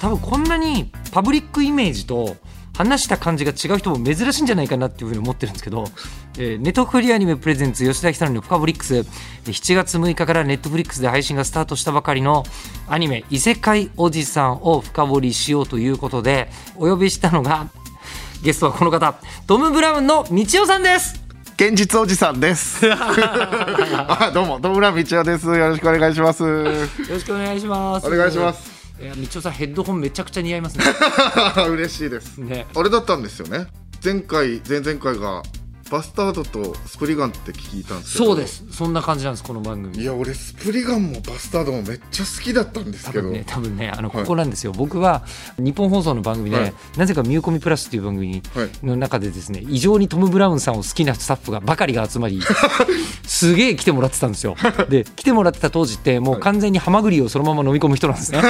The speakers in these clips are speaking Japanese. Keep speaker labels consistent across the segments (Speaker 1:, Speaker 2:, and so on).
Speaker 1: 多分こんなにパブリックイメージと話した感じが違う人も珍しいんじゃないかなっていうふうに思ってるんですけど、えーネットフリアニメプレゼンツ吉田ひさののフカブリックスえー7月6日からネットフリックスで配信がスタートしたばかりのアニメ「異世界おじさん」を深掘りしようということでお呼びしたのがゲストはこの方トム・ブラウンの道夫さんです
Speaker 2: 現実おじさん です。あ、どうも、どうも、村道夫です。よろしくお願いし ます。お
Speaker 1: よろしくお願いします
Speaker 2: 願いします。
Speaker 1: いや道夫さんヘッドホンめちゃくちゃ似合い ますね
Speaker 2: 嬉しいです。
Speaker 1: ね
Speaker 2: あれだったんですよね。前回、前々回がバスタードとスプリガンって聞いたんですけど。
Speaker 1: そうで。すそんな感じなんですこの番組
Speaker 2: いや、俺スプリガンもバスタードもめっちゃ好きだったんです
Speaker 1: 多
Speaker 2: けど。
Speaker 1: 分ね多分ねあの
Speaker 2: はい
Speaker 1: ここなんですよ、僕は日本放送の番組で、
Speaker 2: はい
Speaker 1: なぜか「ミューコミプラス」っていう番組
Speaker 2: はい
Speaker 1: の中でですね、異常にトム・ブラウンさんを好きなスタッフがばかりが集 まりすげえ来てもらってたんですよで来てもらってた当時ってもう完全にハマグリをそのまま飲み込む人なん ですね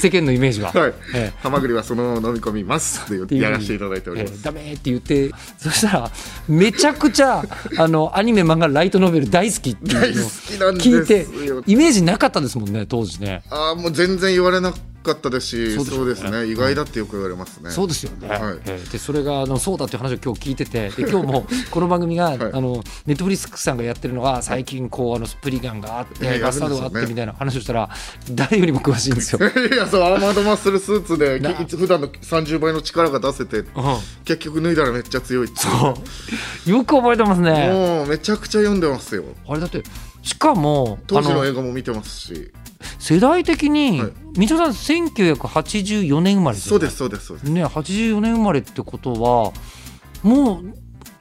Speaker 1: 世間のイメージは。
Speaker 2: はい
Speaker 1: ええ。
Speaker 2: ハマグリはそのまま飲み込みますって言っ
Speaker 1: って
Speaker 2: て
Speaker 1: いうふう
Speaker 2: や
Speaker 1: に
Speaker 2: らせていただいております。
Speaker 1: えーダメーって言ってそしたらめちゃくちゃあのアニメ漫画ライトノベル大好きっていうのを
Speaker 2: 大好きなんですよ
Speaker 1: 聞いてイメージなかったですもんね当時ね
Speaker 2: あー、もう全然言われなかったですし、
Speaker 1: そ
Speaker 2: そうう
Speaker 1: で
Speaker 2: で
Speaker 1: しょうね
Speaker 2: すね。意外だってよく言われますね。
Speaker 1: そうですよね、
Speaker 2: はい
Speaker 1: えーでそれがあのそうだという話を今日聞いて てで今日もこの番組が、あのネットフリックスさんがやってるのが最近こうあのスプリガンがあって、
Speaker 2: やるんで
Speaker 1: バス
Speaker 2: すよね
Speaker 1: タードがあってみたいな話をしたら誰よりも詳しいん ですよ。
Speaker 2: いやそうアーマードマッスルスーツで
Speaker 1: な
Speaker 2: き普段の30倍の力が出せて、結局脱いだらめっちゃ強いって
Speaker 1: そうよく覚えてますね。
Speaker 2: もうめちゃくちゃ読んでますよ
Speaker 1: あれだってしかも
Speaker 2: 当時
Speaker 1: あ
Speaker 2: の
Speaker 1: の
Speaker 2: 映画も見てますし
Speaker 1: 世代的に、
Speaker 2: はい
Speaker 1: みちおさん1984年生まれ
Speaker 2: そうですすそうですそうです
Speaker 1: よねね84年生まれってことはもう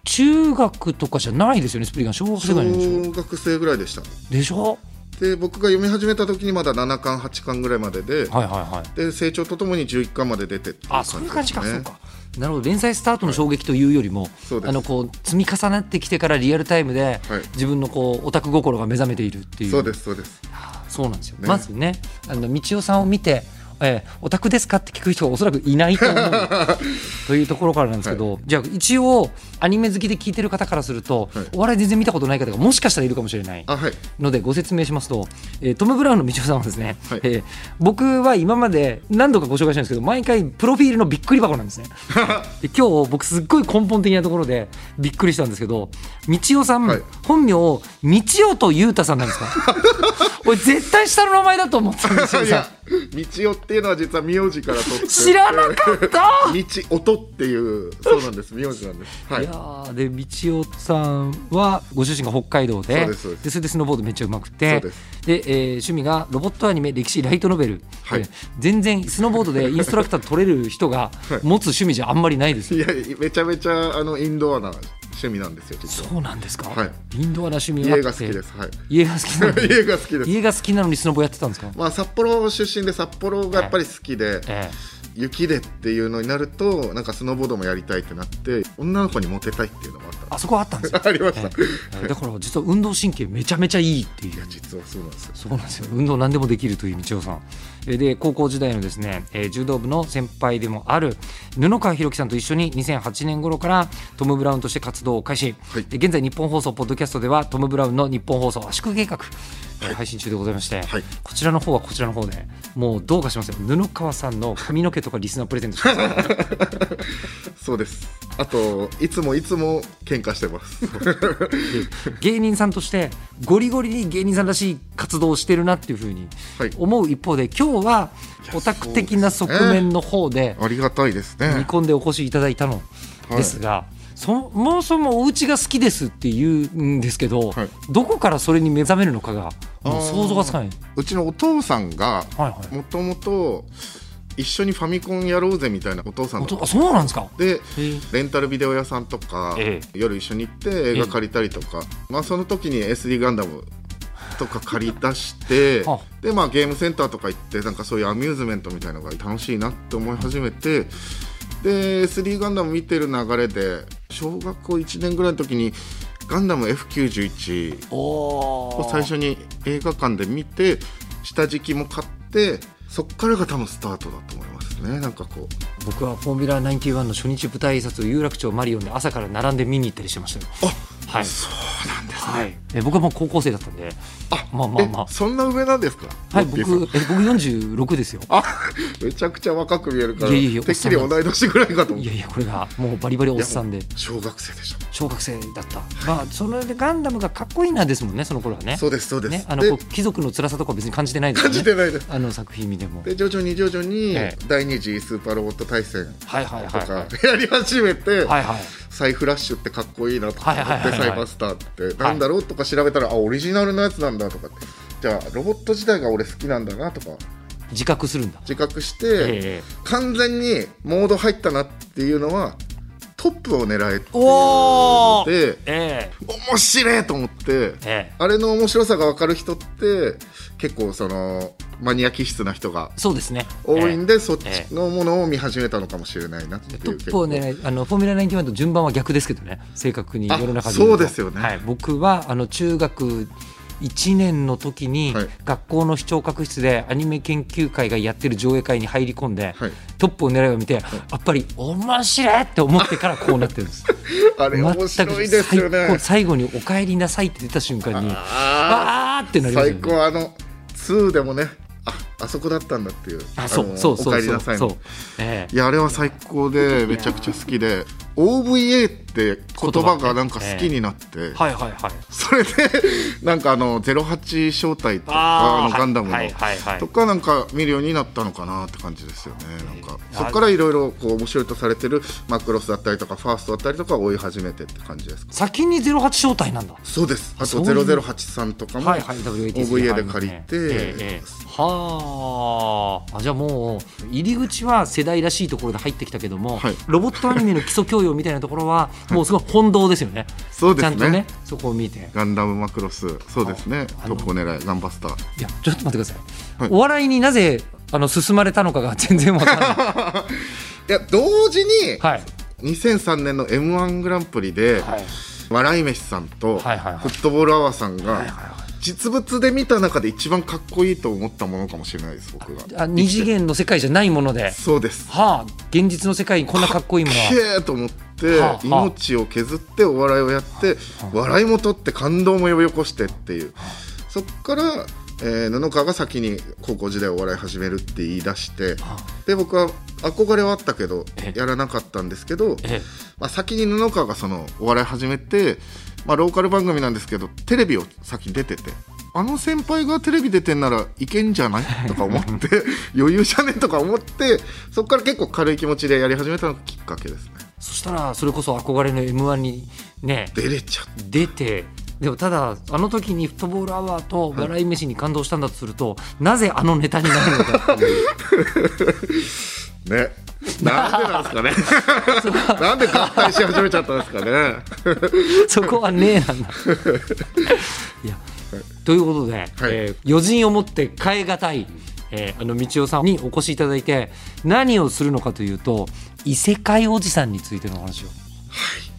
Speaker 1: 中学とかじゃないですよねスプリガン小学生ぐらいでしょ
Speaker 2: 小学生ぐらいでした
Speaker 1: でしょ
Speaker 2: で僕が読み始めた時にまだ7巻8巻ぐらいまでで、
Speaker 1: はいはいはい
Speaker 2: で成長とともに11巻まで出てっていう
Speaker 1: あそういう感じか、
Speaker 2: です
Speaker 1: そう
Speaker 2: ね
Speaker 1: かなるほど連載スタートの衝撃というよりも、
Speaker 2: そうです
Speaker 1: あのこう積み重なってきてからリアルタイムで、
Speaker 2: はい
Speaker 1: 自分のこうオタク心が目覚めているっていう
Speaker 2: そうですそうです
Speaker 1: そうなんですよ、
Speaker 2: ね
Speaker 1: まずねあの道夫さんを見て、えーオタクですかって聞く人がおそらくいないと思 うというところからなんですけど、じゃあ一応アニメ好きで聞いてる方からすると、
Speaker 2: はい
Speaker 1: お笑い全然見たことない方がもしかしたらいるかもしれない
Speaker 2: あはい
Speaker 1: のでご説明しますと、えートム・ブラウンの道夫さんはですね、
Speaker 2: はい
Speaker 1: えー僕は今まで何度かご紹介したんですけど毎回プロフィールのびっくり箱なんです ねで今日僕すっごい根本的なところでびっくりしたんですけど道夫さん、
Speaker 2: はい
Speaker 1: 本名道夫と裕太さんなんです か俺絶対下の名前だと思ってたんですよ
Speaker 2: いや道夫っていうのは実は名字から取って
Speaker 1: 知らなかった
Speaker 2: 道音っていうそうなんです名字なんですはい
Speaker 1: いやーで道夫さんはご主人が北海道で
Speaker 2: そうですそうです
Speaker 1: れでスノーボードめっちゃうまくて
Speaker 2: そうです
Speaker 1: で、えー趣味がロボットアニメ歴史ライトノベル、
Speaker 2: はい
Speaker 1: えー全然スノーボードでインストラクター取れる人が持つ趣味じゃあんまりないですよ
Speaker 2: いやめちゃめちゃあのインドアな趣味なんですよ実は
Speaker 1: そうなんですか、
Speaker 2: はい
Speaker 1: インドアな趣味があって
Speaker 2: 家が好きですはい
Speaker 1: 家が好きなのに
Speaker 2: 家が好きです
Speaker 1: 家が好きなのにスノボやってたんですか、
Speaker 2: まあ札幌出身で札幌がやっぱり好きで、
Speaker 1: え
Speaker 2: 雪でっていうのになるとなんかスノーボードもやりたいってなって女の子にモテたいっていうのもあっ
Speaker 1: ーあそこはあったんですよ
Speaker 2: た ありました、い
Speaker 1: えーだから実は運動神経めちゃめちゃいいっていう
Speaker 2: や実はそうなんですよ
Speaker 1: そうなんですよ運動何でもできるという道夫さんえーで高校時代のですね、えー柔道部の先輩でもある布川博樹さんと一緒に2008年頃からトム・ブラウンとして活動を開始、
Speaker 2: はい
Speaker 1: で現在日本放送ポッドキャストではトム・ブラウンの日本放送圧縮計画、えー配信中でございまして、
Speaker 2: はい
Speaker 1: こちらの方はこちらの方でもうどうかしますよ布川さんの髪の毛とかリスナープレゼントし ます
Speaker 2: そうですあといつもいつも喧嘩してます
Speaker 1: で芸人さんとしてゴリゴリに芸人さんらしい活動をしてるなっていうふうに
Speaker 2: はい
Speaker 1: 思う一方で今日はオタク的な側面の方で
Speaker 2: ありがたいです
Speaker 1: 煮
Speaker 2: ね
Speaker 1: 込んでお越しいただいたのですが、そもそもお家が好きですって言うんですけど、
Speaker 2: はい
Speaker 1: どこからそれに目覚めるのかがも
Speaker 2: あ
Speaker 1: う
Speaker 2: ー
Speaker 1: 想像がつかない。
Speaker 2: うちのお父さんが
Speaker 1: はいはい
Speaker 2: もともと一緒にファミコンやろうぜみたいなお父さ
Speaker 1: お
Speaker 2: んだった
Speaker 1: とあそうなんですか。
Speaker 2: で
Speaker 1: え
Speaker 2: レンタルビデオ屋さんとか、
Speaker 1: え
Speaker 2: 夜一緒に行って映画借りたりとか、まあ、その時に SD ガンダムとか借り出して
Speaker 1: あ
Speaker 2: で、まあ、ゲームセンターとか行ってなんかそういうアミューズメントみたいなのが楽しいなって思い始めてで SD ガンダム見てる流れで小学校1年ぐらいの時にガンダム F91
Speaker 1: お
Speaker 2: を最初に映画館で見て下敷きも買ってそっからが多分スタートだと思いますねなんかこう
Speaker 1: 僕はフォーミュラー91の初日舞台挨拶を有楽町マリオンで朝から並んで見に行ったりしてましたよ
Speaker 2: あ
Speaker 1: はい
Speaker 2: そうなんですね、
Speaker 1: はい、え僕はもう高校生だったんで
Speaker 2: あ
Speaker 1: まあまあまあ
Speaker 2: えそんな上なんですか
Speaker 1: はい、
Speaker 2: ロッ
Speaker 1: 僕
Speaker 2: キ
Speaker 1: え
Speaker 2: ーさん
Speaker 1: 僕46ですよ
Speaker 2: あめちゃくちゃ若く見えるから
Speaker 1: いやいやいや
Speaker 2: てっきり同い年ぐらいかと思っ
Speaker 1: い
Speaker 2: て
Speaker 1: やいやこれがもうバリバリおっさんで
Speaker 2: 小学生でし
Speaker 1: 小学生だったまあそれでガンダムがかっこいいなんですもんねその頃は
Speaker 2: た
Speaker 1: ね
Speaker 2: そうですそうです、
Speaker 1: ねあの
Speaker 2: で
Speaker 1: こう貴族の辛さとか別に感じてないですよ
Speaker 2: 感
Speaker 1: ね
Speaker 2: じてないです
Speaker 1: あの作品見ても
Speaker 2: で徐々に徐々に
Speaker 1: ええ
Speaker 2: 第二次スーパーロボット対戦と
Speaker 1: はいはいはいはい
Speaker 2: かやり始めて、
Speaker 1: はいはい
Speaker 2: サイフラッシュってかっこいいなとか
Speaker 1: はいはいはいはい
Speaker 2: でサイバスターってなんだろうとか調べたら、あオリジナルのやつなんだとかってじゃあロボット自体が俺好きなんだなとか
Speaker 1: 自覚するんだ
Speaker 2: 自覚して、
Speaker 1: ええ
Speaker 2: 完全にモード入ったなっていうのはトップを狙えっていう
Speaker 1: お
Speaker 2: の
Speaker 1: ー
Speaker 2: で
Speaker 1: ええ
Speaker 2: 面白いと思って
Speaker 1: ええ
Speaker 2: あれの面白さが分かる人って結構そのマニア気質な人が
Speaker 1: そうですね
Speaker 2: 多いん
Speaker 1: で、
Speaker 2: で、そっちのものを見始めたのかもしれないなってい
Speaker 1: ええ
Speaker 2: う
Speaker 1: トップを
Speaker 2: 結
Speaker 1: 狙いあのフォーミュラ91と順番は逆ですけどね正確に世
Speaker 2: あ
Speaker 1: の中言と
Speaker 2: そうですよね
Speaker 1: はい、僕はあの中学1年の時に
Speaker 2: はい
Speaker 1: 学校の視聴覚室でアニメ研究会がやってる上映会に入り込んで、
Speaker 2: 構はい、
Speaker 1: トップを狙いを見てやっぱり面白いって思ってからこうなってるんです
Speaker 2: あれ面
Speaker 1: 全
Speaker 2: 白
Speaker 1: く
Speaker 2: いですよ
Speaker 1: 最高
Speaker 2: ね
Speaker 1: 最後に「お帰りなさい」って出た瞬間に
Speaker 2: あ
Speaker 1: わーってな
Speaker 2: ー
Speaker 1: りますよ
Speaker 2: 最
Speaker 1: ね
Speaker 2: 高あの2でもねああそこだったんだっていう
Speaker 1: あそ
Speaker 2: の
Speaker 1: うそうそう
Speaker 2: お帰り
Speaker 1: そ
Speaker 2: な
Speaker 1: う
Speaker 2: さい
Speaker 1: そ
Speaker 2: の
Speaker 1: う、ええ
Speaker 2: いやあれは最高でめちゃくちゃ好きで OVA って言葉がなんか好きになって、
Speaker 1: はいはいはい
Speaker 2: それでなんかあの08招待とかあのガンダムの、
Speaker 1: はいはいはい
Speaker 2: とかなんか見るようになったのかなって感じですよねなんか
Speaker 1: えー
Speaker 2: そこからいろいろこう面白いとされてるマクロスだったりとかファーストだったりとかを追い始めてって感じですか
Speaker 1: 先に08招待なんだ
Speaker 2: そうですあと
Speaker 1: そういう
Speaker 2: 0083とかも
Speaker 1: はいはい WATC
Speaker 2: OVA で借りて、
Speaker 1: はいええええはああじゃあもう入り口は世代らしいところで入ってきたけども、
Speaker 2: はい
Speaker 1: ロボットアニメの基礎教養みたいなところ はもうすごい本堂ですよね
Speaker 2: そうですね
Speaker 1: ちゃんとねそこを見て
Speaker 2: ガンダムマクロスそうですね
Speaker 1: ああの
Speaker 2: トップを狙いガンバスター
Speaker 1: いやちょっと待ってください、
Speaker 2: はい
Speaker 1: お笑いになぜあの進まれたのかが全然わ からない
Speaker 2: いや同時に
Speaker 1: はい
Speaker 2: 2003年の m 1グランプリで、
Speaker 1: はい
Speaker 2: 笑い飯さんとフ
Speaker 1: はいはいはい
Speaker 2: ットボールアワーさん
Speaker 1: はい
Speaker 2: が
Speaker 1: は
Speaker 2: 実物で見た中で一番かっこいいと思ったものかもしれないです僕
Speaker 1: い
Speaker 2: が
Speaker 1: あ二次
Speaker 2: 生きて
Speaker 1: 元の世界じゃないもので
Speaker 2: そうです
Speaker 1: はあ現実の世界にこんなかっこいいもの
Speaker 2: け
Speaker 1: は
Speaker 2: ーと思って
Speaker 1: はあはあ
Speaker 2: 命を削ってお笑いをやって笑いも取って感動も呼び起こしてっていうそっから、えー布川が先に高校時代お笑い始めるって言い出して
Speaker 1: はあ
Speaker 2: で僕は憧れはあったけど
Speaker 1: え
Speaker 2: やらなかったんですけど
Speaker 1: え
Speaker 2: まあ、先に布川がそのお笑い始めて、まあ、ローカル番組なんですけどテレビを先に出ててあの先輩がテレビ出てんならいけんじゃないとか思って 余裕じゃねとか思ってそこから結構軽い気持ちでやり始めたのがきっかけですね
Speaker 1: そしたらそれこそ憧れの m 1にね
Speaker 2: 出れちゃって
Speaker 1: 出てでもただあの時にフットボールアワーと笑い飯に感動したんだとすると、なぜあのネタになるのかっていう
Speaker 2: ねなん でなんですかねなんで合体し始めちゃったんですかね
Speaker 1: そこは ねえなんだいやということで、えー余人をもって変え難い、えーあの道夫さんにお越しいただいて何をするのかというと異世界おじさんについてのお話を、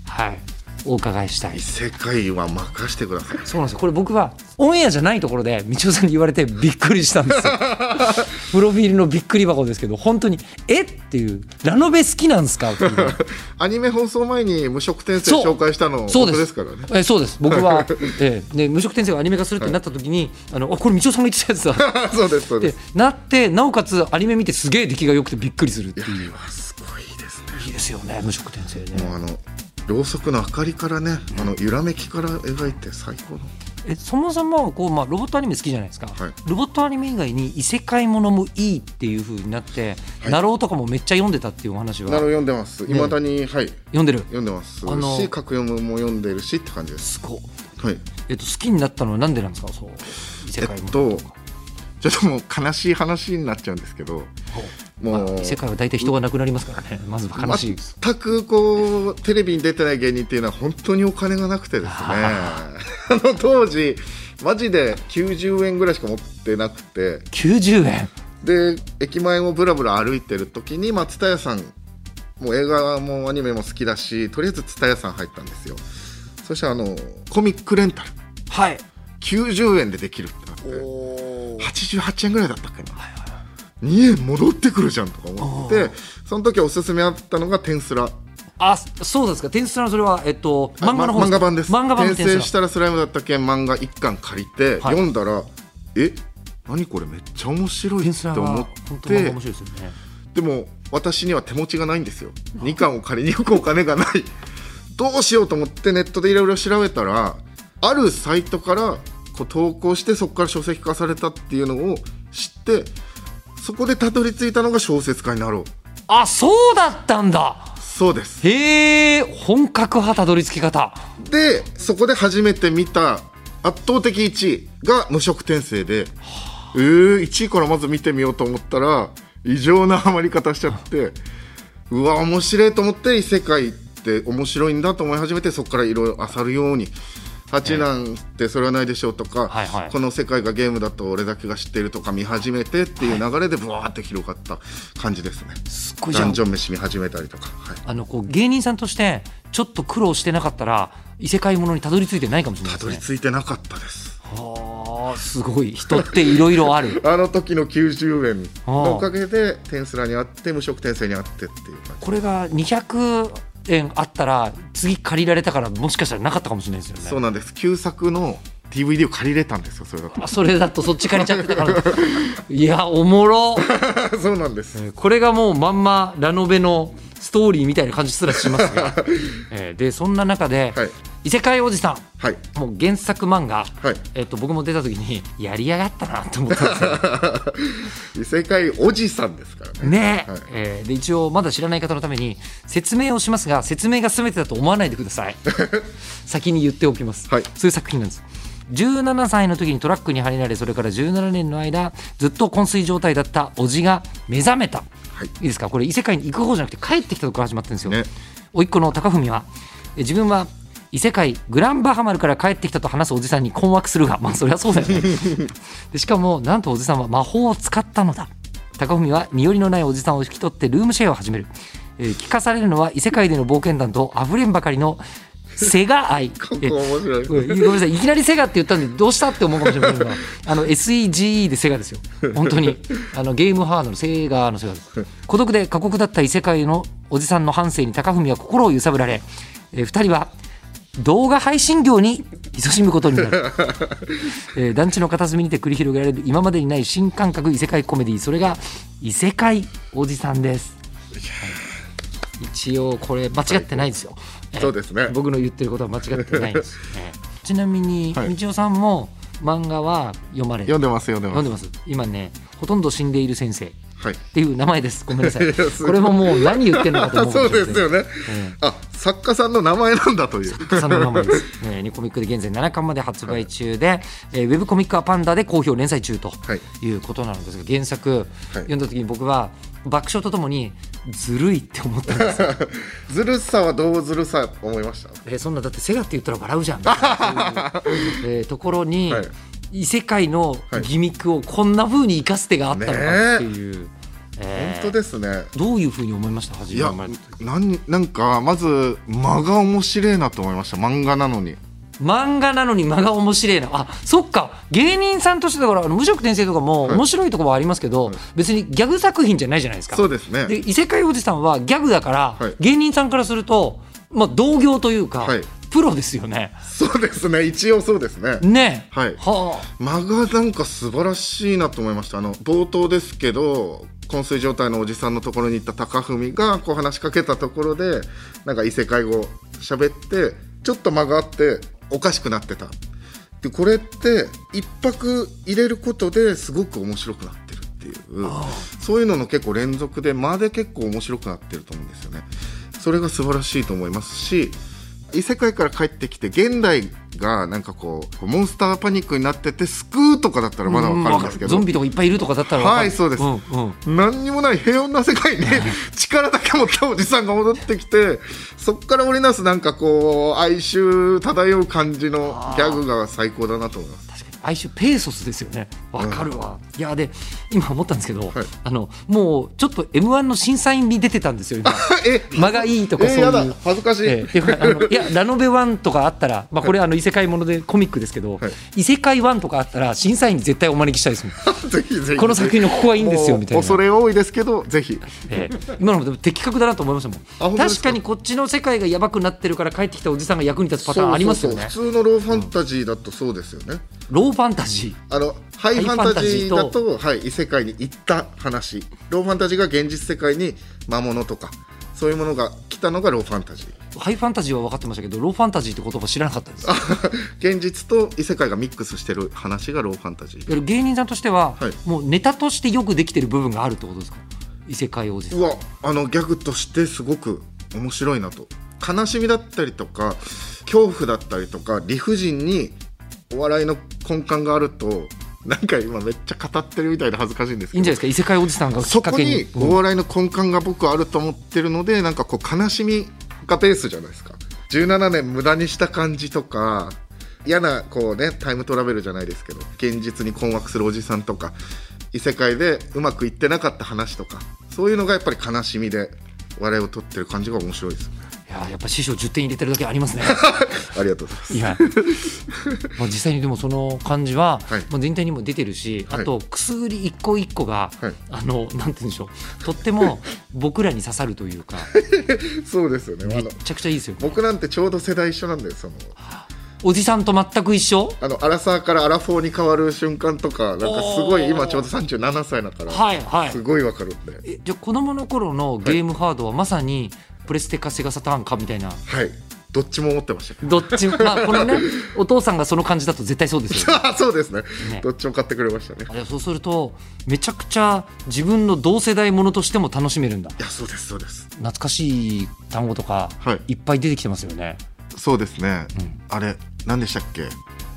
Speaker 1: はい、お伺いしたい
Speaker 2: 異世界は任してください
Speaker 1: そうなんですよこれ僕はオンエアじゃないところで道夫さんに言われてびっくりしたんです よプロフィールのびっくり箱ですけど本当に「えっ?」ていう「ラノベ好きなんですか?」っていう
Speaker 2: アニメ放送前に無職転生
Speaker 1: そう
Speaker 2: 紹介したの
Speaker 1: そうで
Speaker 2: 僕
Speaker 1: す
Speaker 2: ですからね
Speaker 1: えそうです僕 は、えーで無職転生がアニメ化するってなった時に「あのあこれ道夫さんが言ってたやつだ」
Speaker 2: そうですそう
Speaker 1: っ
Speaker 2: で
Speaker 1: て
Speaker 2: す
Speaker 1: なってなおかつアニメ見てすげえ出来が良くてびっくりするっていう
Speaker 2: はすごいですね
Speaker 1: いいですよね無職転生ね
Speaker 2: もうあのろうそくの明かりからね、あの揺らめきから描いて最高の
Speaker 1: えそもそもこう、まあ、ロボットアニメ好きじゃないですか、
Speaker 2: はい
Speaker 1: ロボットアニメ以外に異世界ものもいいっていう風になって、ナローとかもめっちゃ読んでたっていうお話は
Speaker 2: なる読んでますいまだに、はい
Speaker 1: 読んでる
Speaker 2: 読んでます
Speaker 1: あの
Speaker 2: し書く読むも読んでるしって感じです
Speaker 1: すごい
Speaker 2: はい
Speaker 1: えっと好きになったのはなんでなんですかそう異世
Speaker 2: え
Speaker 1: 界も
Speaker 2: っ
Speaker 1: の
Speaker 2: とちょっともう悲しい話になっちゃうんですけど
Speaker 1: ま
Speaker 2: もう
Speaker 1: あ、世界は大体人が亡くなりますからねまずは悲しいです、
Speaker 2: 全くこうテレビに出てない芸人っていうのは本当にお金がなくてです ねあの当時マジで90円ぐらいしか持ってなくて
Speaker 1: 90円
Speaker 2: で駅前をぶらぶら歩いてる時に松田屋さんもう映画もアニメも好きだしとりあえず蔦屋さん入ったんですよそしたらあのコミックレンタル
Speaker 1: はい
Speaker 2: 90円でできるってなって
Speaker 1: お
Speaker 2: 88円ぐらいだったっけな、2円戻ってくるじゃんとか思ってその時おすすめあったのが「天スラ」
Speaker 1: あそうですか天スラのそれは、えっと、漫画の方
Speaker 2: ま漫画版です
Speaker 1: 漫画版の
Speaker 2: 転
Speaker 1: 天
Speaker 2: 生
Speaker 1: ス
Speaker 2: し
Speaker 1: ラ
Speaker 2: たらスライムだったけん漫画1巻借りて、
Speaker 1: はい
Speaker 2: 読んだらえ何これめっちゃ面白い
Speaker 1: 天
Speaker 2: っ
Speaker 1: ス
Speaker 2: て
Speaker 1: ラ
Speaker 2: 思
Speaker 1: は本
Speaker 2: っ
Speaker 1: 当に漫画
Speaker 2: て
Speaker 1: 面白いですよね
Speaker 2: でも私には手持ちがないんですよ2巻を借りに行くお金がないどうしようと思ってネットでいろいろ調べたらあるサイトからこう投稿してそこから書籍化されたっていうのを知ってそこでたどり着いたのが小説家になろう
Speaker 1: あそうだったんだ
Speaker 2: そうです
Speaker 1: へえ本格派たどり着き方
Speaker 2: でそこで初めて見た圧倒的1位が無色転生で、えー、1位からまず見てみようと思ったら異常なハマり方しちゃってうわ面白いと思って異世界って面白いんだと思い始めてそこからいろいろ漁るように「八なんてそれはないでしょう」とか、
Speaker 1: はいはい
Speaker 2: この世界がゲームだと俺だけが知っている」とか見始めてっていう流れでブワーって広がった感じですね。
Speaker 1: すっごいじ
Speaker 2: ダ
Speaker 1: ゃん
Speaker 2: ンジョン飯見始めたりとか、はい
Speaker 1: あのこう芸人さんとしてちょっと苦労してなかったら異世界ものにたどり着いてないかもしれない
Speaker 2: た
Speaker 1: で
Speaker 2: ど
Speaker 1: す
Speaker 2: り
Speaker 1: ね
Speaker 2: 着いてなかったです。
Speaker 1: はあすごい人っていろいろある
Speaker 2: あの時の90円
Speaker 1: の
Speaker 2: の
Speaker 1: お
Speaker 2: お
Speaker 1: か
Speaker 2: かげで天スラにあって無色転生にあってっていう感じ
Speaker 1: これが200円あったら次借りられたからもしかしたらなかったかもしれないですよね
Speaker 2: そうなんです旧作の DVD を借りれたんですよそれだと
Speaker 1: あそれだとそっち借りちゃってたから いやおもろ
Speaker 2: そうなんです
Speaker 1: これがもうまんまラノベのストーリーみたいな感じすらしますが、えーでそんな中で、
Speaker 2: はい
Speaker 1: 異世界おじさ
Speaker 2: はい
Speaker 1: ん もう原作漫画、
Speaker 2: はい
Speaker 1: えっと僕も出た時にやりやがったなと思ったんですよ
Speaker 2: 異世界おじさんですからね
Speaker 1: ね、
Speaker 2: はい
Speaker 1: えーで一応まだ知らない方のために説明をしますが説明が全てだと思わないでくだ さい先に言っておきます、
Speaker 2: はい
Speaker 1: そういう作品なんです17歳の時にトラックにはねられそれから17年の間ずっと昏睡状態だったおじが目覚めた
Speaker 2: はい
Speaker 1: いいですかこれ異世界に行く方じゃなくて帰ってきたとこから始まってるんですよ、
Speaker 2: ね
Speaker 1: おいっ子の高文はえ自分は異世界グランバハマルから帰ってきたと話すおじさんに困惑するがまあそりゃそうだよねでしかもなんとおじさんは魔法を使ったのだ高文は身寄りのないおじさんを引き取ってルームシェアを始める、えー聞かされるのは異世界での冒険談とあふれんばかりのセガ愛
Speaker 2: ここ
Speaker 1: え
Speaker 2: 面白い
Speaker 1: ごめんなさい、いきなりセガって言ったんで、どうしたって思うかもしれませんが、あの SEGE でセガですよ、本当に、あのゲームハードのセガのセガです。孤独で過酷だった異世界のおじさんの半生に高文は心を揺さぶられ、えー、2人は動画配信業に勤しむことになる、えー団地の片隅にて繰り広げられる今までにない新感覚異世界コメディそれが異世界おじさんです。一応これ間違ってないですよ。えー
Speaker 2: そうですね
Speaker 1: 僕の言ってることは間違ってないです、ね、 ちなみに、
Speaker 2: はい
Speaker 1: みちおさんも漫画は読まれ
Speaker 2: 読んでます読んで
Speaker 1: 読
Speaker 2: ま
Speaker 1: ん
Speaker 2: す
Speaker 1: でます今ねほとんど死んでいる先生っ
Speaker 2: はい
Speaker 1: ていう名前ですごめんなさい
Speaker 2: いやす
Speaker 1: こ
Speaker 2: ごい
Speaker 1: れももう何言ってるのかと
Speaker 2: あ
Speaker 1: 思うかも
Speaker 2: そう
Speaker 1: しれま
Speaker 2: で
Speaker 1: せん
Speaker 2: すよね、あ作家さんの名前なんだという
Speaker 1: 草の名前です、えー、ニコミックで現在7巻まで発売中で、えーウェブコミックはパンダで好評連載中と
Speaker 2: はい
Speaker 1: いうことなのですが原作読んだ時に僕は爆笑とともにずるいって思ったんですよ
Speaker 2: ずるさはどうずるさ思いました
Speaker 1: えーそんなだってセガって言ったら笑 うじゃんみたいなそういうえーところに、
Speaker 2: はい
Speaker 1: 異世界のギミックをこんな風に生かす手があったのかっていう、え
Speaker 2: 本
Speaker 1: ー
Speaker 2: 当ですね
Speaker 1: どういう風に思いました初
Speaker 2: い
Speaker 1: め
Speaker 2: や
Speaker 1: 生まれた時
Speaker 2: なんなんかまず間が面白いなと思いました漫画なのに
Speaker 1: 漫画なのに間が面白いなあそっか芸人さんとしてだからあの無職転生とかも
Speaker 2: はい
Speaker 1: 面白いところはありますけど、別にギャグ作品じゃないじゃないですか
Speaker 2: そうですね
Speaker 1: で異世界おじさんはギャグだから、
Speaker 2: はい
Speaker 1: 芸人さんからすると、まあ、同業というか、
Speaker 2: はい
Speaker 1: プロですよね
Speaker 2: そうですね一応そうですね
Speaker 1: ねえ
Speaker 2: はい
Speaker 1: はあ
Speaker 2: 間がなんか素晴らしいなと思いましたあの冒頭ですけど昏睡状態のおじさんのところに行った高文がこう話しかけたところでなんか異世界語喋ってちょっと間があっておかしくなってたでこれって一泊入れることですごく面白くなってるっていうそういうのの結構連続で間で結構面白くなってると思うんですよねそれが素晴らしいと思いますし異世界から帰ってきて現代がなんかこうモンスターパニックになってて救うとかだったらまだわかるんですけど、
Speaker 1: ゾンビとかいっぱいいるとかだったらわかる
Speaker 2: はいそうです
Speaker 1: んうん
Speaker 2: 何にもない平穏な世界に力だけ持ったおじさんが戻ってきてそこから織りなすなんかこう哀愁漂う感じのギャグが最高だなと思います。
Speaker 1: 確かに哀愁ペーソスですよねわかるわ、いやで今思ったんですけど、
Speaker 2: はい
Speaker 1: あのもうちょっと m 1の審査員に出てたんですよ 今
Speaker 2: え
Speaker 1: 間がいいとか
Speaker 2: え
Speaker 1: そうい
Speaker 2: ー、や
Speaker 1: う、
Speaker 2: だ恥ずかしい、
Speaker 1: ええであ のいやラノベ1とかあったら、まあ、これあの異世界ものでコミックですけど、
Speaker 2: はい
Speaker 1: 異世界1とかあったら審査員に絶対お招きしたいですもん
Speaker 2: ぜひぜひ
Speaker 1: この作品のここはいいんですよ
Speaker 2: もう
Speaker 1: みたいな
Speaker 2: 恐れ多いですけどぜひ
Speaker 1: ええ今のもでも的確だなと思いました
Speaker 2: あ
Speaker 1: もん
Speaker 2: 本当です
Speaker 1: 確か
Speaker 2: か
Speaker 1: にこっちの世界がやばくなってるから帰ってきたおじさんが役に立つパターンありますよね
Speaker 2: そうそうそう普通のローファンタジーだとそうですよね、
Speaker 1: ローファンタジ
Speaker 2: あのハイファンタジ
Speaker 1: ハイ
Speaker 2: ー
Speaker 1: ファ
Speaker 2: だ
Speaker 1: ンタジ
Speaker 2: と、はい、異世界に行った話ローファンタジーが現実世界に魔物とかそういうものが来たのがローファンタジー
Speaker 1: ーハイファンタジーは分かってましたけどローファンタジーって言葉知らなかったです
Speaker 2: 現実と異世界がミックスしてる話がローファンタジー
Speaker 1: いや芸人さんとしては、
Speaker 2: はい
Speaker 1: もうネタとしてよくできてる部分があるってことですか異世界王子さん
Speaker 2: うわあのギャグとしてすごく面白いなと悲しみだったりとか恐怖だったりとか理不尽にお笑いの根幹があるとなんか今めっちゃ語ってるみたいで恥ずかしいんです
Speaker 1: い
Speaker 2: け
Speaker 1: いんじ
Speaker 2: ど
Speaker 1: ゃないですか異世界おじさんがき
Speaker 2: そ
Speaker 1: っか
Speaker 2: こ
Speaker 1: けに
Speaker 2: にお笑いの根幹が僕はあると思ってるので、なんかこう悲しみがベースじゃないですか17年無駄にした感じとか嫌なこうねタイムトラベルじゃないですけど現実に困惑するおじさんとか異世界でうまくいってなかった話とかそういうのがやっぱり悲しみで笑いを取ってる感じが面白いですよね
Speaker 1: いややっぱ師匠10点入れてるだけありますね
Speaker 2: ありがとうございます
Speaker 1: いやまあ実際にでもその感じは、
Speaker 2: はい
Speaker 1: まあ全体にも出てるし、
Speaker 2: はい
Speaker 1: あとくすぐり一個一個が、
Speaker 2: はい
Speaker 1: あのなんて言うんでしょうとっても僕らに刺さるというか
Speaker 2: そうですよねあ
Speaker 1: め
Speaker 2: の
Speaker 1: ちゃくちゃいいですよね
Speaker 2: 僕なんてちょうど世代一緒なんでその
Speaker 1: おじさんと全く一緒
Speaker 2: あのアラサーからアラフォーに変わる瞬間とかなんかすごい今ちょうど37歳だから
Speaker 1: はいはい
Speaker 2: すごいわかるんで。
Speaker 1: えじゃあ子供の頃のゲームハードはまさにプレステかセガサターンかみたいな
Speaker 2: はい。どっちも思ってました。
Speaker 1: どっちも、まあ、この ね、お父さんがその感じだと絶対そうですよ、ね。
Speaker 2: あ そうですね
Speaker 1: ね
Speaker 2: どっちも買ってくれましたね。
Speaker 1: あでもそうすると、めちゃくちゃ自分の同世代ものとしても楽しめるんだ。
Speaker 2: いや、そうです、そうです。
Speaker 1: 懐かしい単語とか、、
Speaker 2: はい
Speaker 1: っぱい出てきてますよね。
Speaker 2: そうですね。
Speaker 1: うん
Speaker 2: あれ、何でしたっけ。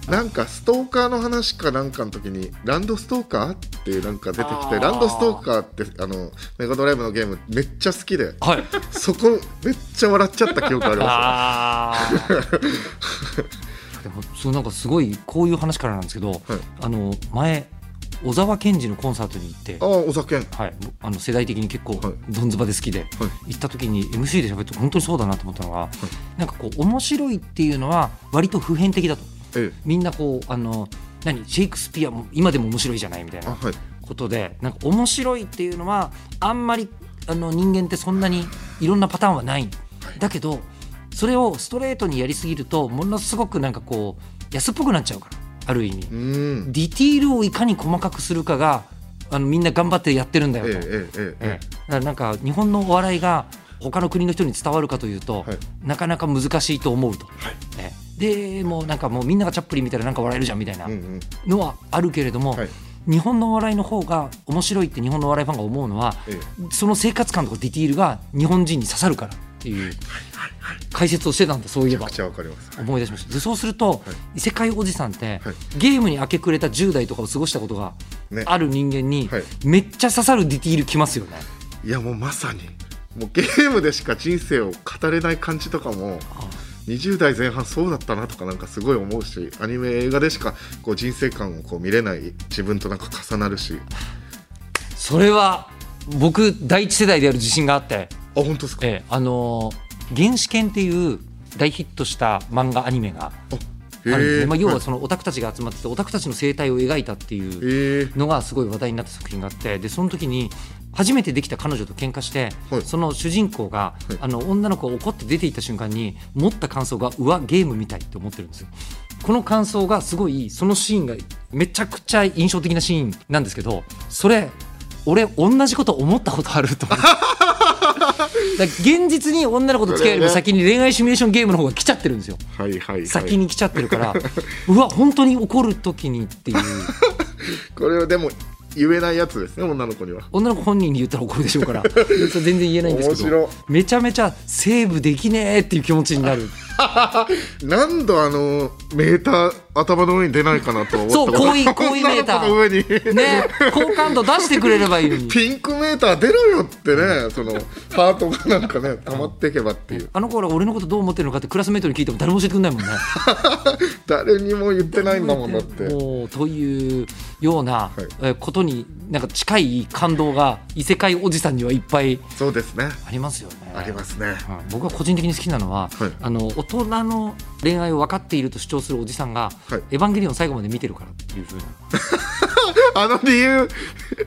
Speaker 2: なんかストーカーの話かなんかの時にランドストーカーっていうなんか出てき
Speaker 1: あ
Speaker 2: て
Speaker 1: ー
Speaker 2: ランドストーカーってあのメガドライブのゲームめっちゃ好きで
Speaker 1: はい。
Speaker 2: そこめっちゃ笑っちゃった記 憶ありま
Speaker 1: ああ。でも、そう、なんかすごい、こういう話からなんですけど、あの、前、小沢健二のコンサートに行って
Speaker 2: す。あ。あーお酒
Speaker 1: はい、あの世代的に結構
Speaker 2: はい
Speaker 1: どんずばで好きで、行った時に MC で喋って本当にそうだなと思ったのが、なんかこう面白いっていうのは割と普遍的だと
Speaker 2: ええ
Speaker 1: みんなこうあの何シェイクスピアも今でも面白いじゃないみたいな
Speaker 2: あはい
Speaker 1: ことでなんか面白いっていうのはあんまりあの人間ってそんなにいろんなパターンはないだけどそれをストレートにやりすぎるとものすごくなんかこう安っぽくなっちゃうからある意味
Speaker 2: うーん
Speaker 1: ディティールをいかに細かくするかがあのみんな頑張ってやってるんだ
Speaker 2: え
Speaker 1: よ
Speaker 2: え
Speaker 1: と。
Speaker 2: えええ
Speaker 1: ええ、だからなんか日本のお笑いが他の国の人に伝わるかというと、
Speaker 2: はい
Speaker 1: なかなか難しいと思うと、ええでもうなんかもうみんながチャップリン見たらなんか笑えるじゃんみたいな
Speaker 2: えうんうん
Speaker 1: のはあるけれども、
Speaker 2: はい
Speaker 1: 日本のお笑いの方が面白いって日本のお笑いファンが思うのは、
Speaker 2: え
Speaker 1: その生活感とかディティールが日本人に刺さるからっていう解説をしてたんだそういえば
Speaker 2: めっちゃわかります
Speaker 1: 思い出しましたでそうすると、異世界おじさんって、
Speaker 2: はい
Speaker 1: ゲームに明け暮れた10代とかを過ごしたことが
Speaker 2: ね
Speaker 1: ある人間に、
Speaker 2: はい
Speaker 1: めっちゃ刺さるディティールきますよね。
Speaker 2: いやもうまさにもうゲームでしか人生を語れない感じとかも20代前半そうだったなとかなんかすごい思うしアニメ映画でしかこう人生観をこう見れない自分となんか重なるしあ
Speaker 1: それは僕第一世代である自信があって、
Speaker 2: 本当ですか
Speaker 1: ええあのー原始圏っていう大ヒットした漫画アニメがあるんですね、まあ、要はそのオタクたちが集まっててオタクたちの生態を描いたっていう
Speaker 2: えー
Speaker 1: のがすごい話題になった作品があってでその時に初めてできた彼女と喧嘩して、
Speaker 2: はい
Speaker 1: その主人公が、
Speaker 2: はい
Speaker 1: あの女の子が怒って出ていった瞬間に持った感想がうわゲームみたいって思ってるんですよ。この感想がすごいそのシーンがめちゃくちゃ印象的なシーンなんですけどそれ俺同じこと思ったことある と思ってだから現実に女の子と付き合うよりも先に恋愛シミュレーションゲームの方が来ちゃってるんですよ。
Speaker 2: はいはいはい
Speaker 1: 先に来ちゃってるから、うわ本当に怒る時にっていう
Speaker 2: これはでも言えないやつですね女の子には
Speaker 1: 女の子本人に言ったら怒るで しょうからそれ全然言えないんですけど
Speaker 2: 面白
Speaker 1: めちゃめちゃセーブできねえっていう気持ちになる
Speaker 2: 何度あのメーター頭の上に出ないかなと思った
Speaker 1: そう
Speaker 2: こと
Speaker 1: 好意好意メーター
Speaker 2: 女の子の上に
Speaker 1: ね好感度出してくれればいいのに
Speaker 2: ピンクメーター出ろよってねそのハートがなんかね溜まっていけばっていう
Speaker 1: あの子ら俺のことどう思ってるのかってクラスメートに聞いても誰も教えてくれないもんね。
Speaker 2: 誰にも言ってないんだもんだって
Speaker 1: もうというような、
Speaker 2: い
Speaker 1: えーことになんか近い感動が異世界おじさんにはいっぱい
Speaker 2: そうですね
Speaker 1: ありますよね。
Speaker 2: ありますね
Speaker 1: うん僕は個人的に好きなのは、
Speaker 2: はい
Speaker 1: あの大人の恋愛を分かっていると主張するおじさんが「
Speaker 2: はい
Speaker 1: エヴァンゲリオン」最後まで見てるからっていうふうな
Speaker 2: あの理由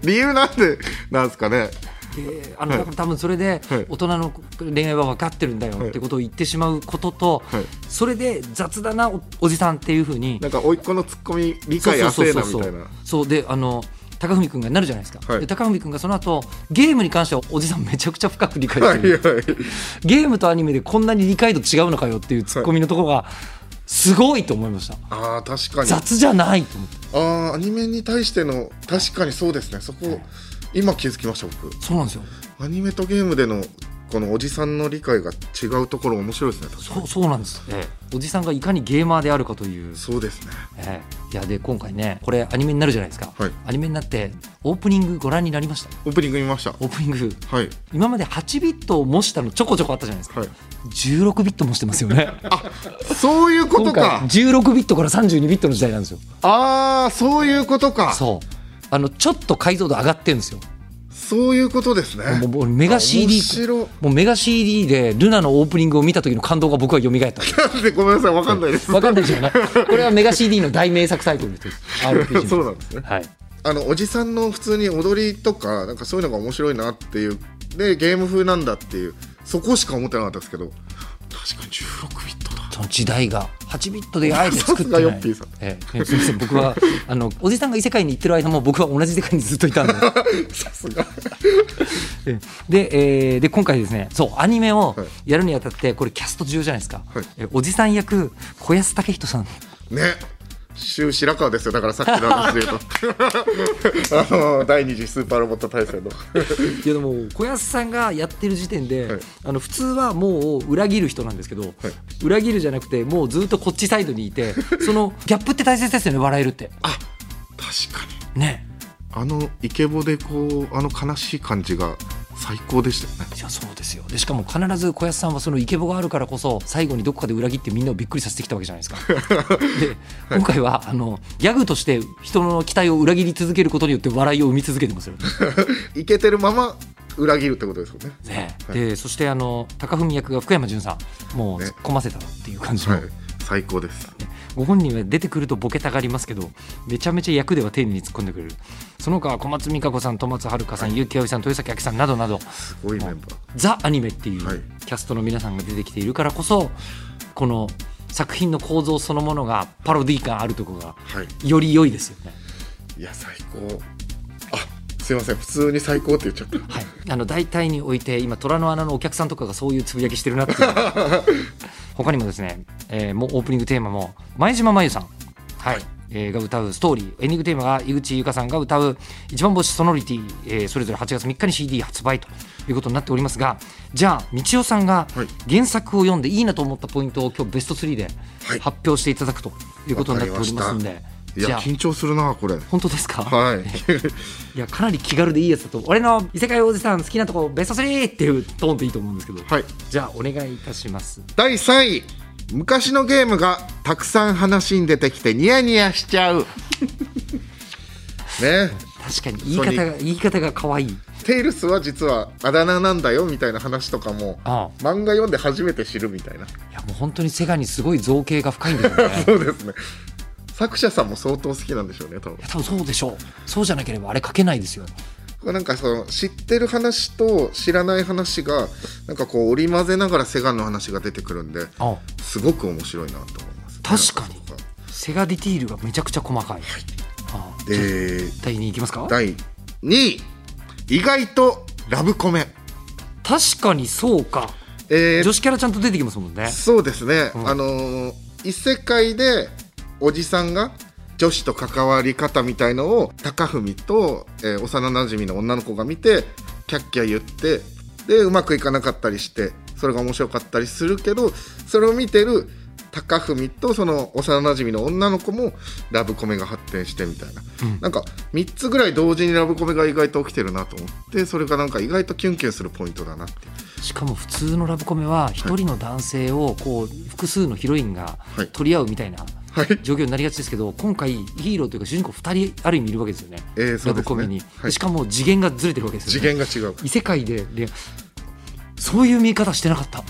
Speaker 2: 理由なんでなんですかね
Speaker 1: であのだから多分それで
Speaker 2: はい
Speaker 1: 大人の恋愛は分かってるんだよってことを言ってしまうことと、
Speaker 2: はい
Speaker 1: それで雑だなおおじさんっていうふうに
Speaker 2: なんか甥っ子のツッコミ理解やせえなみ
Speaker 1: そう
Speaker 2: た
Speaker 1: そ
Speaker 2: いう
Speaker 1: そう
Speaker 2: な
Speaker 1: そうであの高文君がなるじゃないですか、
Speaker 2: は
Speaker 1: で
Speaker 2: い
Speaker 1: 高文君がその後ゲームに関してはおじさんめちゃくちゃ深く理解し
Speaker 2: は
Speaker 1: て
Speaker 2: い
Speaker 1: る、
Speaker 2: はい
Speaker 1: ゲームとアニメでこんなに理解度違うのかよっていうツッコミのところがすごいと思いました、
Speaker 2: あー確かに
Speaker 1: 雑じゃないと思って
Speaker 2: あーアニメに対しての確かにそうですねそこ今気づきました僕
Speaker 1: そうなんですよ
Speaker 2: アニメとゲームでのこのおじさんの理解が違うところ面白いですね確かに
Speaker 1: そうそうなんです、ええおじさんがいかにゲーマーであるかという、
Speaker 2: そうですね
Speaker 1: ええいやで今回ねこれアニメになるじゃないですか、
Speaker 2: はい
Speaker 1: アニメになってオープニングご覧になりました
Speaker 2: オープニング見ました
Speaker 1: オープニング
Speaker 2: はい
Speaker 1: 今まで8ビットを模したのちょこちょこあったじゃないですか、
Speaker 2: はい
Speaker 1: 16ビット模してますよね
Speaker 2: そういうこと
Speaker 1: 今回
Speaker 2: か
Speaker 1: 16ビットから32ビットの時代なんですよ
Speaker 2: ああそういうことか
Speaker 1: そう
Speaker 2: そ
Speaker 1: あのちょっと解像度上がってるんですよ
Speaker 2: ういうことですね
Speaker 1: もうもうメガ CD
Speaker 2: 面白い
Speaker 1: もうメガ CD でルナのオープニングを見た時の感動が僕は蘇っ た
Speaker 2: なんでごめんなさいわかんないです
Speaker 1: わかんないですよねこれはメガ CD の大名作タイトルの一つ RPG の
Speaker 2: そうなんですね
Speaker 1: はい
Speaker 2: あのおじさんの普通に踊りとかなんかそういうのが面白いなっていうでゲーム風なんだっていうそこしか思ってなかったですけど確かに16ビットだ
Speaker 1: その時代が8ビットであえて作ってな
Speaker 2: さすが
Speaker 1: い
Speaker 2: ヨッピーさん
Speaker 1: ええすいません僕は あのおじさんが異世界に行ってる間も僕は同じ世界にずっといたんで
Speaker 2: さすが
Speaker 1: えで,、えーで今回ですねそうアニメを
Speaker 2: はい
Speaker 1: やるにあたってこれキャスト重要じゃないですか、
Speaker 2: はい
Speaker 1: えおじさん役小安武人さん
Speaker 2: ね周白川ですよだからさっきの話で言う とあの第二次スーパーロボット大戦の
Speaker 1: いやでも小安さんがやってる時点で、
Speaker 2: はい
Speaker 1: あの普通はもう裏切る人なんですけど、裏切るじゃなくてもうずっとこっちサイドにいてそのギャップって大切ですよね笑えるって
Speaker 2: あ確かに
Speaker 1: ね
Speaker 2: あのイケボでこうあの悲しい感じが最高でしたよね
Speaker 1: いやそうですよでしかも必ず小安さんはそのイケボがあるからこそ最後にどこかで裏切ってみんなをびっくりさせてきたわけじゃないですかで今回はあのギャグとして人の期待を裏切り続けることによって笑いを生み続けてますよね
Speaker 2: イケてるまま裏切るってことですよね
Speaker 1: ねでそしてあの高文役が福山潤さんもう
Speaker 2: ね
Speaker 1: 突っ込ませたっていう感じの、
Speaker 2: はい最高です
Speaker 1: ご本人は出てくるとボケたがりますけどめちゃめちゃ役では丁寧に突っ込んでくれるその他は小松美香子さん戸松遥さん結城葵さん豊崎亜紀さんなどなど
Speaker 2: すごいメンバー
Speaker 1: ザ・アニメってい
Speaker 2: はいう
Speaker 1: キャストの皆さんが出てきているからこそこの作品の構造そのものがパロディ感あるとこが
Speaker 2: はい
Speaker 1: より良いですよね。
Speaker 2: いや最高あすいません普通に最高って言っちゃった
Speaker 1: はい、あの大体において今虎の穴のお客さんとかがそういうつぶやきしてるな っていう他にもですね、えーもうオープニングテーマも前島真由さん、はいえーが歌う「ストーリー」エンディングテーマが井口優香さんが歌う「一番星ソノリティ、えーそれぞれ8月3日に CD 発売ということになっておりますがじゃあ道代さんが
Speaker 2: はい
Speaker 1: 原作を読んでいいなと思ったポイントを今日ベスト3で
Speaker 2: はい
Speaker 1: 発表していただくということになっておりますので、
Speaker 2: い
Speaker 1: じ
Speaker 2: や
Speaker 1: ゃあ
Speaker 2: 緊張するなこれ
Speaker 1: 本当ですか、
Speaker 2: はい
Speaker 1: いやかなり気軽でいいやつだと俺の異世界おじさん好きなとこベスト3っていうトーンでいいと思うんですけど、
Speaker 2: はい
Speaker 1: じゃあお願いいたし ます
Speaker 2: 第3位昔のゲームがたくさん話に出てきてニヤニヤしちゃうね
Speaker 1: 確かに言い方が言い方が可愛い
Speaker 2: テイルスは実はあだ名なんだよみたいな話とかも
Speaker 1: あ
Speaker 2: 漫画読んで初めて知るみたいな
Speaker 1: いやもう本当にセガにすごい造形が深いんだよ ね
Speaker 2: そうですね作者さんも相当好きなんでしょうね多分
Speaker 1: いや多分そうでしょうそうじゃなければあれ書けないですよ
Speaker 2: これなんかその知ってる話と知らない話がなんかこう織り交ぜながらセガの話が出てくるんで
Speaker 1: あ
Speaker 2: すごく面白いなと思います、
Speaker 1: 確かにセガディティールがめちゃくちゃ細かい、ああ
Speaker 2: で
Speaker 1: 第2位いきますか
Speaker 2: 第2位意外とラブコメ、
Speaker 1: 確かにそうか
Speaker 2: えー
Speaker 1: 女子キャラちゃんと出てきますもんね
Speaker 2: そうですね、
Speaker 1: ん
Speaker 2: あのー異世界でおじさんが女子と関わり方みたいのを高文と、えー幼なじみの女の子が見てキャッキャ言ってでうまくいかなかったりしてそれが面白かったりするけどそれを見てる高文とその幼馴染の女の子もラブコメが発展してみたいな、
Speaker 1: うん
Speaker 2: なんか3つぐらい同時にラブコメが意外と起きてるなと思ってそれがなんか意外とキュンキュンするポイントだなって
Speaker 1: しかも普通のラブコメは一人の男性をこう複数のヒロインが
Speaker 2: はい
Speaker 1: 取り合うみたいな
Speaker 2: はい
Speaker 1: 状況になりがちですけど今回ヒーローというか主人公2人ある意味いるわけですよね
Speaker 2: えーそうですね
Speaker 1: ラブコメに、
Speaker 2: はい
Speaker 1: しかも次元がずれてるわけです
Speaker 2: 次
Speaker 1: よね
Speaker 2: 元が違う
Speaker 1: 異世界ででそういう見方してなかった
Speaker 2: い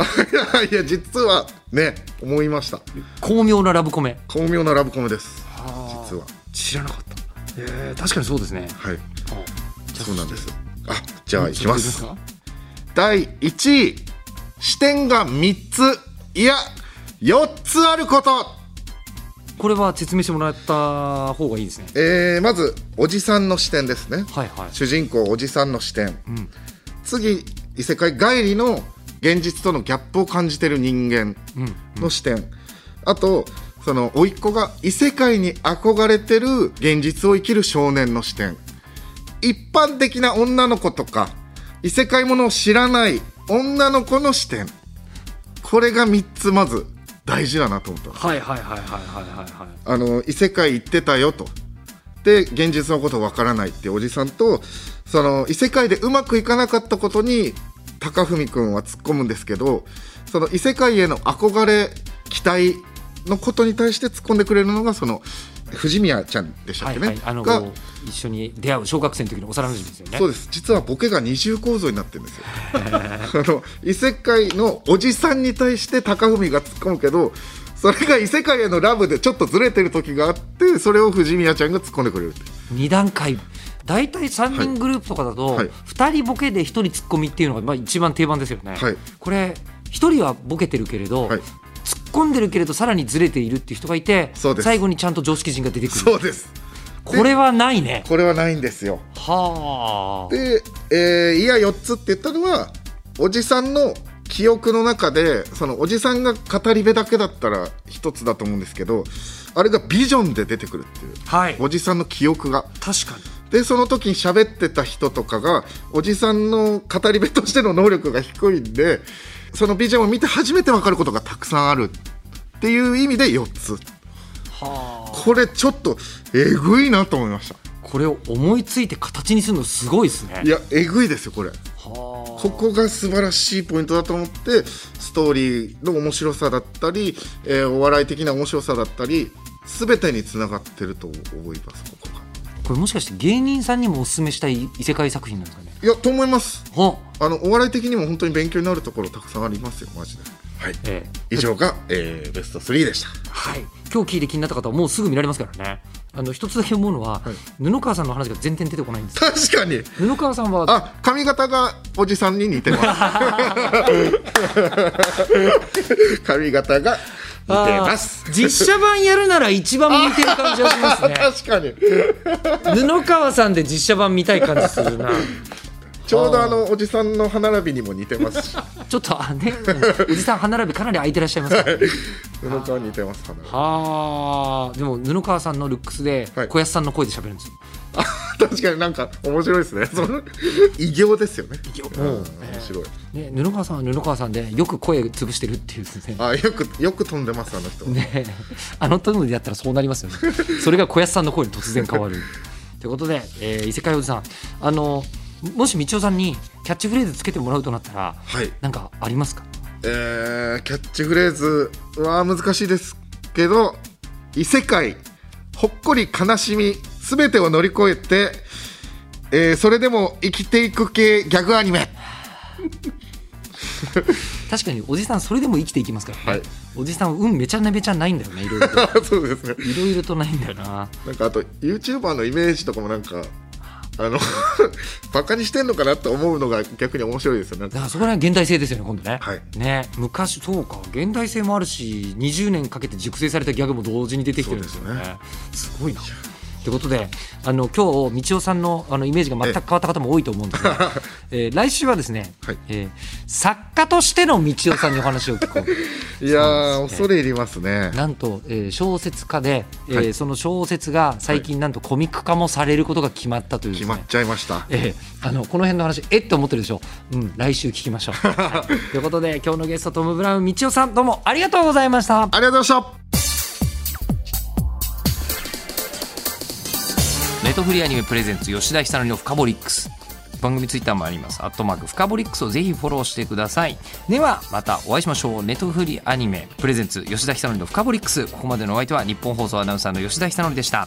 Speaker 2: や いや実はね思いました
Speaker 1: 巧妙なラブコメ
Speaker 2: 巧妙なラブコメです実
Speaker 1: 実
Speaker 2: は
Speaker 1: 知らなかったえー確かにそうですね
Speaker 2: はい
Speaker 1: じゃあ
Speaker 2: そうなんですあじゃあいき
Speaker 1: ちょっ
Speaker 2: ま
Speaker 1: と
Speaker 2: す
Speaker 1: か
Speaker 2: 第1位視点が3ついや4つあること
Speaker 1: これは説明してもらった方がいいですね
Speaker 2: えーまずおじさんの視点ですね
Speaker 1: はいはい
Speaker 2: 主人公おじさんの視点
Speaker 1: うん
Speaker 2: 次異世界帰りの現実とのギャップを感じてる人間
Speaker 1: うん
Speaker 2: の視点、あとその甥っ子が異世界に憧れてる現実を生きる少年の視点一般的な女の子とか異世界ものを知らない女の子の視点これが3つまず大事だなと思った
Speaker 1: はいはいはいはいはいはいはい
Speaker 2: あの異世界行ってたよとで現実のことわからないっておじさんとその異世界でうまくいかなかったことに高文君は突っ込むんですけどその異世界への憧れ期待のことに対して突っ込んでくれるのがその藤宮ちゃんでしたっ
Speaker 1: は
Speaker 2: け
Speaker 1: い
Speaker 2: ね、
Speaker 1: はい、あの
Speaker 2: が
Speaker 1: 一緒に出会う小学生の時の幼馴染ですよね。
Speaker 2: そうです実はボケが二重構造になってるんですよ あの異世界のおじさんに対して高文が突っ込むけどそれが異世界へのラブでちょっとずれてる時があってそれを藤宮ちゃんが突っ込んでくれるって
Speaker 1: 二段階。大体3人グループとかだと
Speaker 2: はい
Speaker 1: 2人ボケで1人ツッコミっていうのがまあ一番定番ですよね、
Speaker 2: はい
Speaker 1: これ1人はボケてるけれど、
Speaker 2: はい
Speaker 1: ツッコんでるけれどさらにずれているっていう人がいて
Speaker 2: そうです
Speaker 1: 最後にちゃんと常識人が出てくる
Speaker 2: そうです
Speaker 1: これはないね
Speaker 2: これはないんですよ
Speaker 1: はあ
Speaker 2: で、えーいや4つって言ったのはおじさんの記憶の中でそのおじさんが語り部だけだったら一つだと思うんですけどあれがビジョンで出てくるっていう
Speaker 1: はい
Speaker 2: おじさんの記憶が
Speaker 1: 確かに
Speaker 2: でその時に喋ってた人とかがおじさんの語り部としての能力が低いんでそのビジョンを見て初めて分かることがたくさんあるっていう意味で4つ
Speaker 1: はあ
Speaker 2: これちょっとえぐいなと思いました
Speaker 1: これを思いついて形にするのすごいですね
Speaker 2: いやえぐいですよこれ
Speaker 1: はあ
Speaker 2: ここが素晴らしいポイントだと思ってストーリーの面白さだったり、えーお笑い的な面白さだったり全てにつながってると思いますここが
Speaker 1: これもしかして芸人さんにもおすすめしたい異世界作品なんですかね
Speaker 2: いやと思います
Speaker 1: は
Speaker 2: あのお笑い的にも本当に勉強になるところたくさんありますよマジではい
Speaker 1: ええ
Speaker 2: 以上が、えーベスト3でした
Speaker 1: はい、今日聞いて気になった方はもうすぐ見られますからねあの一つだけ思うのは、布川さんの話が全然出てこないんですよ
Speaker 2: 確かに
Speaker 1: 布川さんは
Speaker 2: あ髪型がおじさんに似てます 髪型が似
Speaker 1: あー
Speaker 2: てます
Speaker 1: 実写版やるなら一番見てる感じがし ますね
Speaker 2: 確かに
Speaker 1: 布川さんで実写版見たい感じす るな
Speaker 2: ちょうどあのおじさんの歯並びにも似てますし
Speaker 1: ちょっとあねおじさん歯並びかなり開いてらっしゃいますからね
Speaker 2: 布川似てます歯並び
Speaker 1: はあでも布川さんのルックスで
Speaker 2: はい
Speaker 1: 小安さんの声で喋るんですよ、
Speaker 2: 確かになんか面白いですねその異形ですよね
Speaker 1: 異形
Speaker 2: うん、面白い
Speaker 1: ね、布川さんは布川さんでよく声潰してるっていうですね
Speaker 2: あよくよく飛んでますあの人
Speaker 1: ね、あのトムでやったらそうなりますよね。それが小安さんの声に突然変わる。ということで、えー異世界おじさん、あのもし道夫さんにキャッチフレーズつけてもらうとなったら、
Speaker 2: はい
Speaker 1: なんかありますか？
Speaker 2: えーキャッチフレーズは難しいですけど異世界ほっこり悲しみすべてを乗り越えて、えーそれでも生きていく系ギャグアニメ
Speaker 1: 確かにおじさんそれでも生きていきますからね。
Speaker 2: はい
Speaker 1: おじさん運めちゃめちゃないんだよね。いろいろと
Speaker 2: そうですね
Speaker 1: いろいろとないんだよな。
Speaker 2: なんかあと YouTuber のイメージとかもなんかあの バカにしてんのかなって思うのが逆に面白いですよね
Speaker 1: だからそこら辺現代性ですよね今度ね。
Speaker 2: はい
Speaker 1: ね昔そうか現代性もあるし20年かけて熟成されたギャグも同時に出てきてるんですよね。
Speaker 2: そうです
Speaker 1: すごいな。ということであの今日道夫さんのあのイメージが全く変わった方も多いと思うんです が、えー来週はですね、
Speaker 2: はい
Speaker 1: えー作家としての道夫さんにお話を聞こう
Speaker 2: いやー、恐れ入りますね。
Speaker 1: なんと、えー小説家で、えー
Speaker 2: はい
Speaker 1: その小説が最近なんとコミック化もされることが決まったというです
Speaker 2: 決
Speaker 1: ね
Speaker 2: まっちゃいました。
Speaker 1: ええ、あのこの辺の話えって思ってるでしょうん来週聞 きましょう、はいということで今日のゲストトム・ブラウン道夫さんどうもありがとうございました
Speaker 2: ありがとうございました。
Speaker 3: ネットフリーアニメプレゼンツ吉田ひさのりのフカボリックス番組ツイッターもありますアットマークフカボリックスをぜひフォローしてくださいではまたお会いしましょうネットフリーアニメプレゼンツ吉田ひさのりのフカボリックスここまでのお相手は日本放送アナウンサーの吉田ひさのりでした